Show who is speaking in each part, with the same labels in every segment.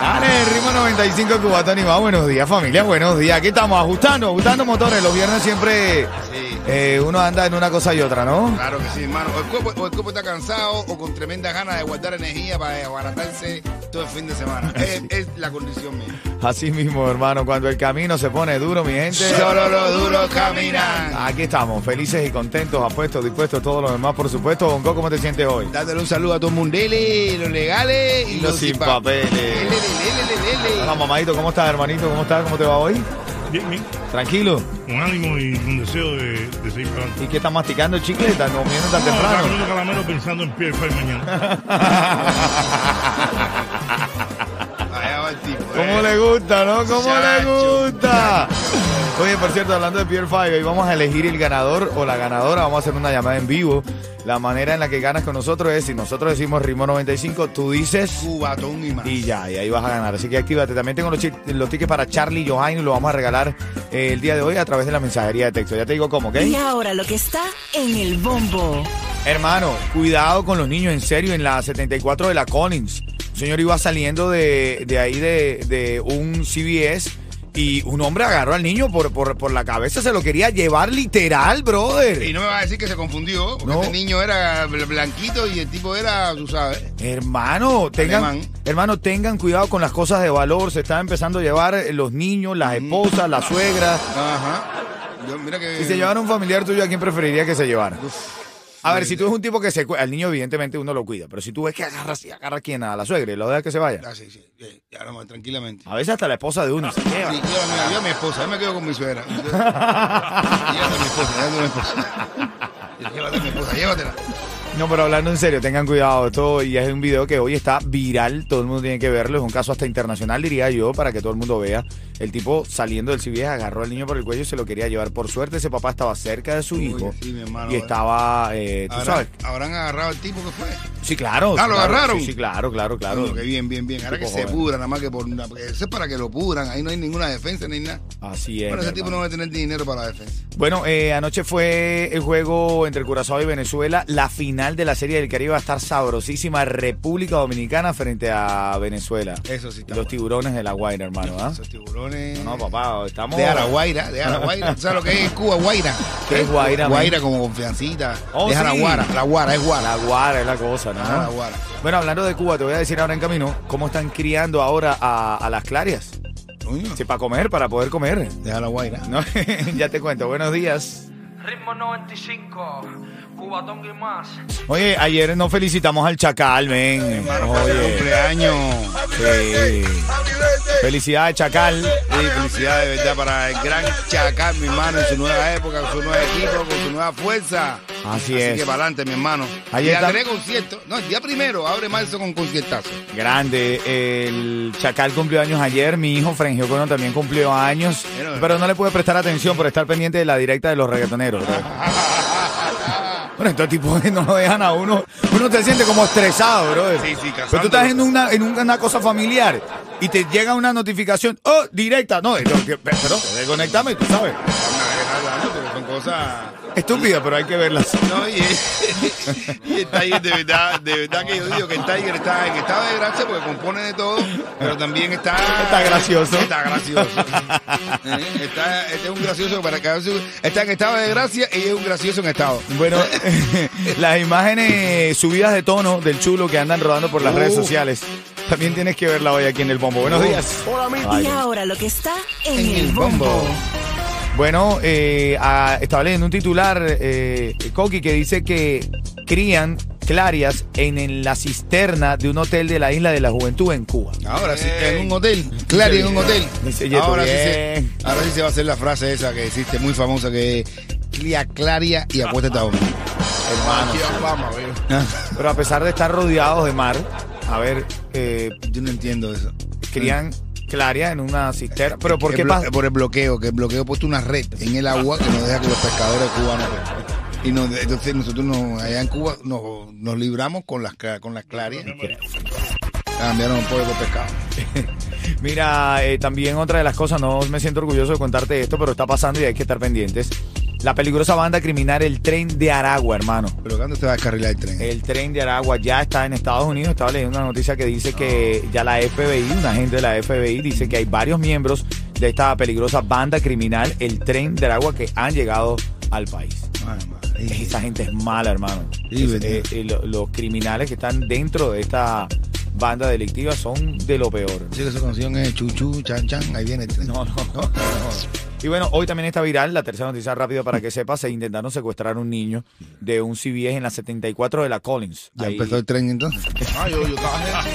Speaker 1: Dale, ritmo 95 Cubatón y más. Buenos días, familia. Buenos días. Aquí estamos ajustando, ajustando motores. Los viernes siempre
Speaker 2: Sí,
Speaker 1: eh, uno anda en una cosa y otra, ¿no?
Speaker 2: claro que sí, hermano. O el, cuerpo, o el cuerpo está cansado o con tremenda ganas de guardar energía para desbaratarse todo el fin de semana. Es, es la condición mía.
Speaker 1: Así mismo, hermano. Cuando el camino se pone duro, mi gente.
Speaker 2: Solo los duros caminan.
Speaker 1: Aquí estamos, felices y contentos, apuestos, dispuestos, todos los demás, por supuesto. Bonco, ¿cómo te sientes hoy?
Speaker 2: Dándole un saludo a todo el mundo, Lele, los legales y
Speaker 1: Los sin papeles.
Speaker 2: Lele, lele, lele, lele.
Speaker 1: Hola, mamadito, ¿cómo estás, hermanito? ¿Cómo estás? ¿Cómo te va hoy?
Speaker 3: Bien, bien,
Speaker 1: Tranquilo.
Speaker 3: con ánimo y con deseo de, de seguir para adelante.
Speaker 1: ¿Y qué estás masticando chicleta? No comiendo tan
Speaker 3: No, estaba
Speaker 1: temprano.
Speaker 3: comiendo calamero pensando en PFL mañana.
Speaker 2: Allá va el tipo.
Speaker 1: ¿Cómo
Speaker 2: eh.
Speaker 1: le gusta, no? ¿Cómo le
Speaker 2: Chacho.
Speaker 1: gusta? Oye, por cierto, hablando de Pier 5, hoy vamos a elegir el ganador o la ganadora. Vamos a hacer una llamada en vivo. La manera en la que ganas con nosotros es si nosotros decimos ritmo 95, tú dices
Speaker 2: Cubatón y más.
Speaker 1: y ya, y ahí vas a ganar. Así que actívate. También tengo los, chi- los tickets para Charlie y Johain y lo vamos a regalar eh, el día de hoy a través de la mensajería de texto. Ya te digo cómo, ¿ok?
Speaker 4: Y ahora lo que está en el bombo.
Speaker 1: Hermano, cuidado con los niños, en serio, en la 74 de la Collins. Un señor iba saliendo de, de ahí de, de un CBS y un hombre agarró al niño por, por, por la cabeza, se lo quería llevar literal,
Speaker 2: Y
Speaker 1: brother.
Speaker 2: no me va a decir que se confundió, porque
Speaker 1: No.
Speaker 2: este niño era bl- blanquito y el tipo era, tú sabes.
Speaker 1: Hermano, tengan,
Speaker 2: Alemán.
Speaker 1: hermano, tengan cuidado con las cosas de valor. Se están empezando a llevar eh, los niños, las esposas, las suegras.
Speaker 2: Ajá. Yo- mira que.
Speaker 1: Si se llevara un familiar tuyo, ¿a quién preferiría que se llevara? A ver, si tú eres un tipo que se... cue- Al niño evidentemente uno lo cuida, pero si tú ves que agarra así, agarra a quién, a la suegra y lo deja que se vaya.
Speaker 2: Ah, sí, sí. Eh, Ya, no, tranquilamente.
Speaker 1: A veces hasta la esposa de uno se lleva.
Speaker 2: Sí, yo, mira, yo a mi esposa, yo me quedo con mi suegra. Yo- Llévate a mi esposa, llévate a mi esposa. Llévate a mi esposa, llévatela.
Speaker 1: No, pero hablando en serio, tengan cuidado. Esto ya es un video que hoy está viral. Todo el mundo tiene que verlo. Es un caso hasta internacional, diría yo, para que todo el mundo vea. El tipo saliendo del CBS agarró al niño por el cuello y se lo quería llevar. Por suerte, ese papá estaba cerca de su
Speaker 2: Uy,
Speaker 1: hijo.
Speaker 2: sí, mi hermano,
Speaker 1: y
Speaker 2: ¿verdad?
Speaker 1: estaba, eh, tú
Speaker 2: Habrán,
Speaker 1: sabes.
Speaker 2: habrán agarrado al tipo que fue.
Speaker 1: Sí, claro.
Speaker 2: Ah,
Speaker 1: sí,
Speaker 2: ¿lo
Speaker 1: claro,
Speaker 2: agarraron?
Speaker 1: Sí, sí, claro, claro, claro.
Speaker 2: Coño, que bien, bien, bien. Ahora que
Speaker 1: Tipo
Speaker 2: se
Speaker 1: joven.
Speaker 2: pudran, nada más que por. una- porque Eso es para que lo pudran. Ahí no hay ninguna defensa ni nada.
Speaker 1: Así es.
Speaker 2: Bueno, ese
Speaker 1: mi
Speaker 2: tipo
Speaker 1: hermano.
Speaker 2: no va a tener dinero para la defensa.
Speaker 1: Bueno, eh, anoche fue el juego entre Curazao y Venezuela. La final de la Serie del Caribe va a estar sabrosísima. República Dominicana frente a Venezuela.
Speaker 2: Eso sí está
Speaker 1: Los
Speaker 2: bueno.
Speaker 1: tiburones de la Guaira, hermano. ¿ah?
Speaker 2: Esos tiburones.
Speaker 1: No, no, papá, estamos...
Speaker 2: De Araguaira, de Araguaira. ¿Tú sabes lo que es Cuba, Guaira?
Speaker 1: ¿Qué es Guaira, man?
Speaker 2: Guaira como confiancita.
Speaker 1: Oh,
Speaker 2: es
Speaker 1: sí.
Speaker 2: Araguara, la Guara, es
Speaker 1: La
Speaker 2: Guara.
Speaker 1: Guara es la cosa, ¿no?
Speaker 2: Ah, la Guara.
Speaker 1: Bueno, hablando de Cuba, te voy a decir ahora en camino cómo están criando ahora a, a las clarias.
Speaker 2: Coño,
Speaker 1: Sí, para comer, para poder comer.
Speaker 2: De Araguaira.
Speaker 1: ¿no? ya te cuento, buenos días.
Speaker 5: Ritmo 95, Cubatón y más.
Speaker 1: Oye, ayer nos felicitamos al Chacal, men. Oye,
Speaker 2: Cumpleaños.
Speaker 1: sí. Felicidades, Chacal.
Speaker 2: Sí, felicidades de verdad para el gran Chacal, mi hermano, en su nueva época, con su nuevo equipo, con su nueva fuerza.
Speaker 1: Así
Speaker 2: Así
Speaker 1: es.
Speaker 2: que para adelante, mi hermano.
Speaker 1: Ahí
Speaker 2: y
Speaker 1: está.
Speaker 2: a tener concierto. No, el día primero abre marzo con conciertazo.
Speaker 1: Grande, el Chacal cumplió años ayer, mi hijo Frangio Cono también cumplió años,
Speaker 2: Pero-
Speaker 1: pero no le pude prestar atención por estar pendiente de la directa de los reggaetoneros. bro. Bueno, estos tipos no lo dejan a uno, uno te siente como estresado, bro.
Speaker 2: Sí, sí,
Speaker 1: Pero tú
Speaker 2: casándolo.
Speaker 1: estás en una, en una cosa familiar y te llega una notificación, oh, directa, no, yo- yo- pero desconectame, tú sabes.
Speaker 2: Pero son cosas.
Speaker 1: Estúpida, pero hay que verlas.
Speaker 2: No, y, y el Tiger, de verdad, de verdad que yo digo que el Tiger está en estado de gracia porque compone de todo, pero también está.
Speaker 1: Está gracioso.
Speaker 2: Está gracioso. Eh, Está, este es un gracioso para cada Está en estado de gracia y es un gracioso en estado.
Speaker 1: Bueno, las imágenes subidas de tono del chulo que andan rodando por las
Speaker 2: Uh.
Speaker 1: redes sociales. También tienes que verla hoy aquí en el bombo. Buenos días. Ay,
Speaker 4: Y ahora lo que está en, el bombo.
Speaker 1: Bueno, eh, a- estaba leyendo un titular, eh, Coqui, que dice que crían clarias en, en la cisterna de un hotel de la Isla de la Juventud en Cuba.
Speaker 2: Ahora sí, en un hotel. Claro, en un hotel.
Speaker 1: Dice Yeto,
Speaker 2: Ahora sí, se,
Speaker 1: bien.
Speaker 2: ahora sí se va a hacer la frase esa que existe muy famosa que es Clia Claria y acuéstate a dormir.
Speaker 1: Hermano, sí. Ah. Pero a pesar de estar rodeados de mar, a ver, eh, Mm.
Speaker 2: Yo no entiendo eso.
Speaker 1: crían claria en una cisterna. Pero ¿por
Speaker 2: El
Speaker 1: qué
Speaker 2: blo-
Speaker 1: pasa?
Speaker 2: Por el bloqueo, que el bloqueo ha puesto una red en el agua que nos deja que los pescadores cubanos. Y nos- entonces nosotros nos- allá en Cuba nos, nos libramos con las, ca- con las clarias. Cambiaron un poco de pescado.
Speaker 1: Mira, eh, también otra de las cosas, no me siento orgulloso de contarte esto, pero está pasando y hay que estar pendientes. La peligrosa banda criminal El Tren de Aragua, hermano.
Speaker 2: Pero ¿cuándo se va a descarrilar el tren?
Speaker 1: El Tren de Aragua ya está en Estados Unidos. Estaba leyendo una noticia que dice que ya la FBI, un agente de la FBI, dice que hay varios miembros de esta peligrosa banda criminal, El Tren de Aragua, que han llegado al país.
Speaker 2: Ay, madre.
Speaker 1: Esa gente es mala, hermano.
Speaker 2: Sí,
Speaker 1: Es-
Speaker 2: verdad.
Speaker 1: eh, eh, lo- los criminales que están dentro de esta banda delictiva son de lo peor.
Speaker 2: Sí, que su canción es Chuchu, Chan Chan, ahí viene el tren.
Speaker 1: No, no, no. Y bueno, hoy también está viral la tercera noticia rápido para que sepas. Se intentaron secuestrar un niño de un CBS en la 74 de la Collins.
Speaker 2: Ya
Speaker 1: Ahí-
Speaker 2: empezó el tren entonces.
Speaker 6: Ah, yo, yo estaba en el CBS.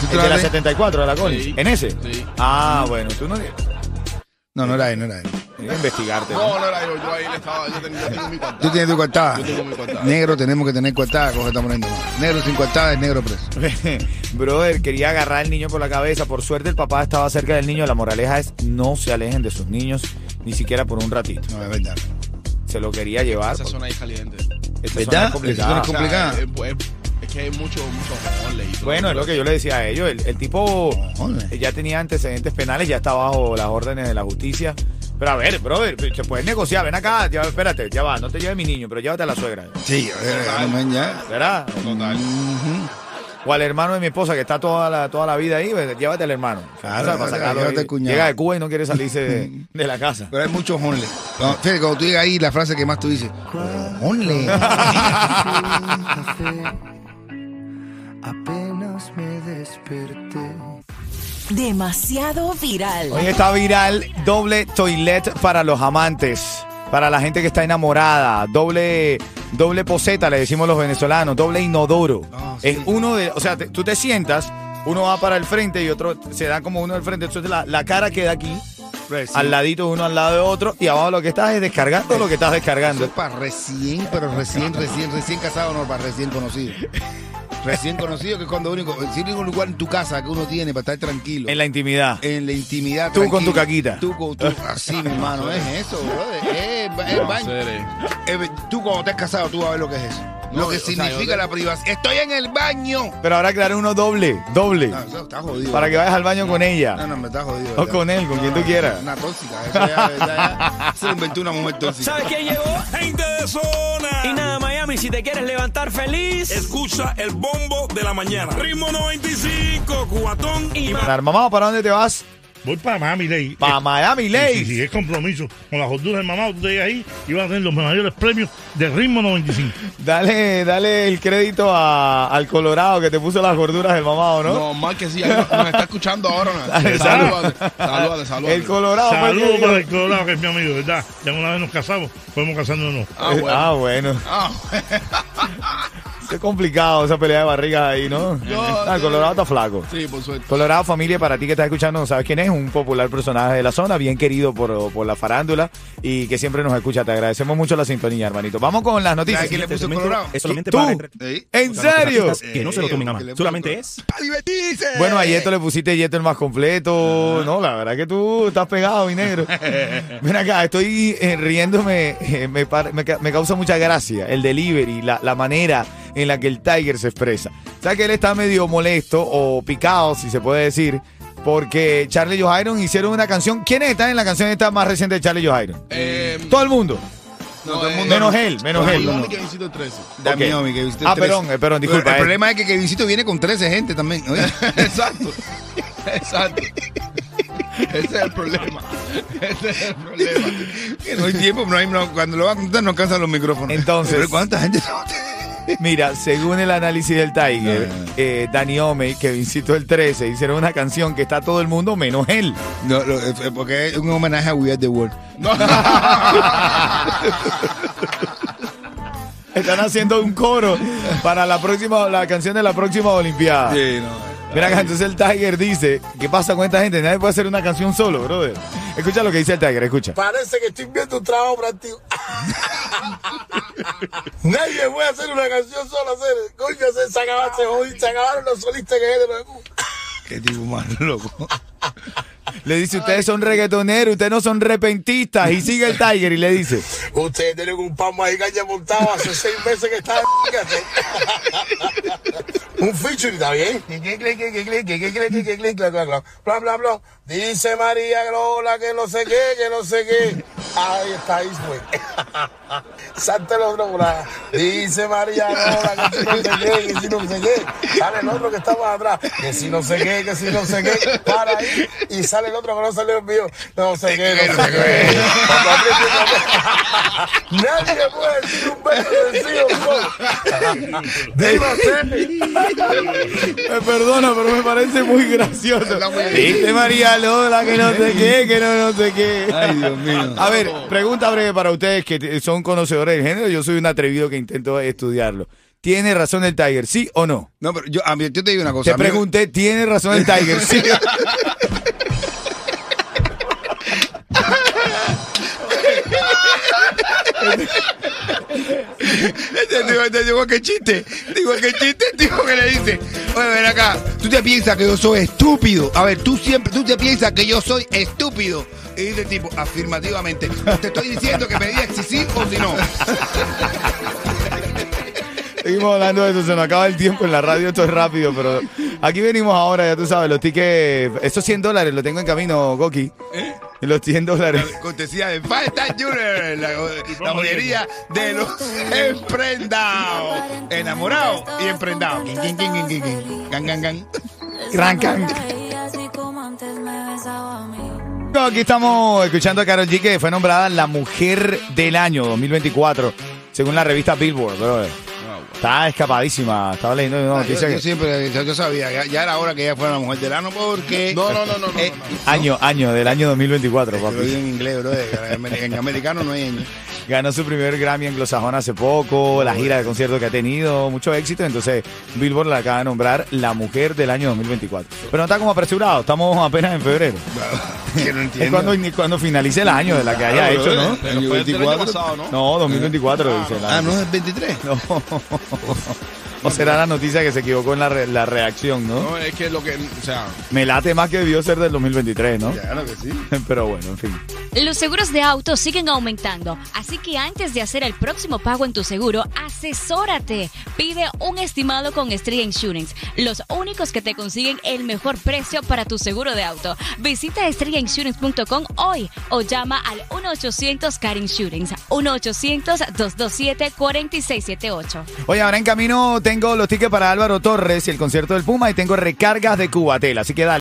Speaker 2: ¿Tú
Speaker 1: ¿El de la
Speaker 2: traes?
Speaker 1: 74 de la Collins?
Speaker 6: Sí.
Speaker 1: ¿En ese?
Speaker 6: Sí.
Speaker 1: Ah, bueno, tú no tienes
Speaker 2: No, no era él, no era él.
Speaker 1: que investigarte. ¿no?
Speaker 6: No, no era yo, yo ahí le estaba, yo tenía, yo tenía mi cuartada.
Speaker 2: Tú tienes tu coartada.
Speaker 6: Yo tengo mi coartada.
Speaker 2: Negro tenemos que tener coartada, coge está poniendo mal. Negro sin coartada es negro preso.
Speaker 1: Brother, quería agarrar al niño por la cabeza. Por suerte, el papá estaba cerca del niño. La moraleja es no se alejen de sus niños, ni siquiera por un ratito.
Speaker 2: No, es verdad.
Speaker 1: Se lo quería llevar.
Speaker 6: Esa zona ahí caliente.
Speaker 1: Esta
Speaker 2: ¿Verdad?
Speaker 1: zona es complicada.
Speaker 2: Esa zona es Complicada.
Speaker 6: O sea, eh, eh, es que hay mucho, mucho mole y todo.
Speaker 1: Bueno, es lo que yo le decía a ellos. El, el tipo
Speaker 6: eh,
Speaker 2: Cojones.
Speaker 1: ya tenía antecedentes penales, ya está bajo las órdenes de la justicia. Pero a ver, brother, se puede negociar. Ven acá, ya, espérate, ya va. No te lleves mi niño, pero llévate a la suegra.
Speaker 2: Sí, eh, no, man, ya. Mm,
Speaker 1: ¿Verdad?
Speaker 6: Total.
Speaker 1: O al hermano de mi esposa que está toda la, toda la vida ahí, pues, llévate al hermano.
Speaker 2: Claro,
Speaker 1: para
Speaker 2: llévate-
Speaker 1: sacarlo
Speaker 2: llévate
Speaker 1: ahí.
Speaker 2: al cuñado.
Speaker 1: Llega de Cuba y no quiere salirse de, de la casa.
Speaker 2: Pero hay muchos honles. No, fíjate, cuando tú llegas ahí, la frase que más tú dices, honles.
Speaker 4: Demasiado viral.
Speaker 1: Hoy está viral doble toilet para los amantes, para la gente que está enamorada, doble doble poseta le decimos los venezolanos, doble inodoro.
Speaker 2: Ah, sí.
Speaker 1: Es uno de, o sea, te- tú te sientas, uno va para el frente y otro se da como uno del frente, entonces la, la cara queda aquí,
Speaker 2: Pues,
Speaker 1: al ladito uno al lado de otro y abajo lo que estás es descargando lo que estás
Speaker 2: Eso
Speaker 1: descargando.
Speaker 2: es para recién, pero recién, recién, recién casado, no, para recién conocido. Recién conocido, que es cuando único, si hay un lugar en tu casa que uno tiene para estar tranquilo.
Speaker 1: En la intimidad.
Speaker 2: en la intimidad.
Speaker 1: Tú con
Speaker 2: tranquilo.
Speaker 1: tu caquita.
Speaker 2: Tú con tu. Así, mi hermano, es eso, brother. Eh, Es, ba- es
Speaker 6: No,
Speaker 2: baño.
Speaker 6: seres.
Speaker 2: Es- eh, tú cuando estás casado, tú vas a ver lo que es eso.
Speaker 6: No,
Speaker 2: lo que
Speaker 6: o sea, yo
Speaker 2: significa
Speaker 6: te-
Speaker 2: la privacidad. Estoy en el baño.
Speaker 1: Pero ahora crear uno doble, doble,
Speaker 2: No, eso está jodido.
Speaker 1: para que vayas al baño con
Speaker 2: No,
Speaker 1: ella.
Speaker 2: no, me está jodido.
Speaker 1: O
Speaker 2: ya.
Speaker 1: con él, con quien tú quieras.
Speaker 2: Una tóxica, eso ya, ¿verdad? ya. Se lo inventó una mujer tóxica.
Speaker 7: ¿Sabes quién llegó?
Speaker 8: Ah.
Speaker 3: Gente de zona.
Speaker 7: Y nada, Miami, si te quieres levantar feliz.
Speaker 3: Escucha el bombo de la mañana. Ritmo 95, cubatón y más.
Speaker 2: Ah.
Speaker 1: Mamá, ¿para dónde te vas?
Speaker 3: Voy para Miami, Ley.
Speaker 2: Eh,
Speaker 3: Eh,
Speaker 1: Para Miami
Speaker 3: Si
Speaker 1: Lakes.
Speaker 3: es compromiso con las horduras del mamá, tú llegas ahí y vas a tener los mayores premios de Ritmo 95.
Speaker 1: Dale, dale el crédito a- al Colorado que te puso las gorduras del mamado, ¿no?
Speaker 6: No, más que sí, ahí nos, nos está escuchando ahora. ¿no?
Speaker 1: Dale,
Speaker 6: Salúdate, salúdate, salúdate.
Speaker 1: El Colorado. fue el que
Speaker 3: Saludos
Speaker 1: dijo-
Speaker 3: para el Colorado, que es mi amigo, ¿verdad? Ya una vez nos casamos, podemos casarnos o no.
Speaker 6: Ah, bueno.
Speaker 1: Ah, bueno.
Speaker 6: Ah,
Speaker 1: Qué complicado esa pelea de barrigas ahí, ¿no?
Speaker 6: No,
Speaker 1: Ah, el
Speaker 6: sí.
Speaker 1: Colorado está flaco.
Speaker 6: sí, por suerte.
Speaker 1: Colorado, familia, para ti que estás escuchando, no sabes quién es, un popular personaje de la zona, bien querido por, por la farándula y que siempre nos escucha. Te agradecemos mucho la sintonía, hermanito. Vamos con las noticias.
Speaker 2: ¿Sabes quién le puso el colorado? Eh,
Speaker 1: solamente para ¿En serio?
Speaker 2: Este Que no se lo tomen a mano. Solamente es. ¡A divertirse!
Speaker 1: Bueno, a
Speaker 6: Eh.
Speaker 1: Yeto le pusiste Yeto el más completo. No, la verdad que tú estás pegado, mi negro. Ven acá, estoy eh, riéndome. eh, me, par- me ca- me causa mucha gracia el delivery, la, la manera en la que el Tiger se expresa. ¿Sabes que él está medio molesto o picado, si se puede decir? Porque Charlie Johairon hicieron una canción. ¿Quiénes están en la canción esta más reciente de Charlie Johairon?
Speaker 6: Eh,
Speaker 1: Todo el mundo.
Speaker 6: no,
Speaker 2: todo el
Speaker 6: eh,
Speaker 2: mundo
Speaker 1: Menos él, menos
Speaker 6: Dani
Speaker 1: él.
Speaker 6: Omi que visita el 13.
Speaker 2: eh, Dame,
Speaker 1: Ok.
Speaker 2: Omi, que visitó
Speaker 1: Ah,
Speaker 2: 13.
Speaker 1: perdón, eh, perdón, disculpa,
Speaker 2: El
Speaker 1: eh.
Speaker 2: problema es que, que visito viene con 13 gente también. oye.
Speaker 6: Exacto. Exacto. Ese es el problema. Ese es el problema.
Speaker 2: Que no hay tiempo, pues, no hay- no, cuando lo va a contar no cansan los micrófonos.
Speaker 1: Entonces-
Speaker 2: Pero ¿cuánta gente son?
Speaker 1: Mira, según el análisis del Tiger, eh, Dani Ome, que visitó el 13, hicieron una canción que está todo el mundo menos él.
Speaker 2: No, lo- eh, eh, porque es un homenaje a We Are the World.
Speaker 6: No,
Speaker 1: Están haciendo un coro para la próxima, la canción de la próxima Olimpiada.
Speaker 2: Sí, no.
Speaker 1: Mira acá, entonces el Tiger dice, ¿qué pasa con esta gente? Nadie puede hacer una canción solo, brother. Escucha lo que dice el Tiger, escucha.
Speaker 9: Parece que estoy viendo un trabajo práctico. Nadie puede hacer una canción sola, hacer. Coño, se, se acabaron, se jodí- se acabaron los solistas que hay de los
Speaker 2: Qué tipo más loco.
Speaker 1: Le dice, ustedes son reggaetoneros, ustedes no son repentistas. Y sigue el Tiger y le dice,
Speaker 9: Ustedes tienen un palmo ahí que montado hace seis meses que está de Un feature, ¿está bien? Bla, bla, bla. Dice María Grola que no sé qué, que no sé qué. Ahí está Eastwood. Salte el otro por acá. Dice María Grola que si no sé qué, que si no sé qué. Sale el otro que está más atrás. Que si no sé qué, que si no sé qué. Para ahí. Y sale el otro que no salió el mío. No sé qué, no sé qué. Cuando apriete otra vez, Nadie le puede decir un beso vencido.
Speaker 1: me perdona, pero me parece muy gracioso. Dice María Lola que no sé qué, que no, no sé qué.
Speaker 2: Ay, Dios mío.
Speaker 1: A ver, pregunta breve para ustedes que t- son conocedores del género. Yo soy un atrevido que intento estudiarlo. ¿Tiene razón el Tiger, sí o no?
Speaker 2: No, pero yo, a mí, yo te digo una
Speaker 1: Te
Speaker 2: cosa. a mí-
Speaker 1: pregunté, ¿tiene razón el Tiger? Sí.
Speaker 2: Este tío, este tío, qué chiste. Digo, qué chiste, tío, que le dice. Oye, ven acá. Tú te piensas que yo soy estúpido. A ver, tú siempre, tú te piensas que yo soy estúpido. Y dice el tipo, afirmativamente, te estoy diciendo que me digas si sí o si no.
Speaker 1: Seguimos hablando de eso, se nos acaba el tiempo en la radio, esto es rápido, pero aquí venimos ahora, ya tú sabes, los tickets, estos 100 dólares los tengo en camino, Goki.
Speaker 2: ¿Eh?
Speaker 1: Los 100 dólares.
Speaker 2: Cortesía de Falta Junior, la, la joyería de los emprendados. Enamorados y emprendados. Quin, quin, quin, quin, quin, quin. Gan, gan, gan.
Speaker 1: Gran can. No, aquí estamos escuchando a Carol G, que fue nombrada la mujer del año 2024, según la revista Billboard, brother. Está escapadísima, estaba leyendo una
Speaker 2: Ah, yo,
Speaker 1: noticia
Speaker 2: Ah, yo
Speaker 1: que-
Speaker 2: siempre, yo, yo sabía, ya, ya era hora que ella fuera la mujer del ano porque...
Speaker 6: No, no, no, no, no,
Speaker 2: Eh,
Speaker 6: no,
Speaker 1: Año, año, del año 2024,
Speaker 2: Yo Lo digo
Speaker 1: papi.
Speaker 2: en inglés, bro. En americano no hay ñ.
Speaker 1: Ganó su primer Grammy anglosajón hace
Speaker 2: Ah,
Speaker 1: poco, la gira de concierto que ha tenido, mucho éxito. Entonces, Billboard la acaba de nombrar la mujer del año 2024. Pero no está como apresurado, estamos apenas en febrero.
Speaker 2: Que no
Speaker 1: Es
Speaker 2: entiendo.
Speaker 1: cuando, ni cuando finalice el año de la que
Speaker 2: Ah,
Speaker 1: haya hecho, ¿no?
Speaker 6: Pero fue el del año
Speaker 2: 24.
Speaker 6: pasado, ¿no?
Speaker 1: No, 2024 dice la.
Speaker 2: Ah, no, es 23.
Speaker 1: No. O será la noticia que se equivocó en la, re- la reacción, ¿no?
Speaker 6: No, es que lo que, o sea,
Speaker 1: Me late más que debió ser del 2023, ¿no?
Speaker 2: Claro que sí.
Speaker 1: Pero bueno, en fin.
Speaker 10: Los seguros de auto siguen aumentando, así que antes de hacer el próximo pago en tu seguro, asesórate. Pide un estimado con Street Insurance, los únicos que te consiguen el mejor precio para tu seguro de auto. Visita streetinsurance.com hoy o llama al 1-800-CAR Insurance, 1-800-227-4678.
Speaker 1: Oye, ahora en camino tengo los tickets para Álvaro Torres y el concierto del Puma y tengo recargas de Cubatel, así que dale.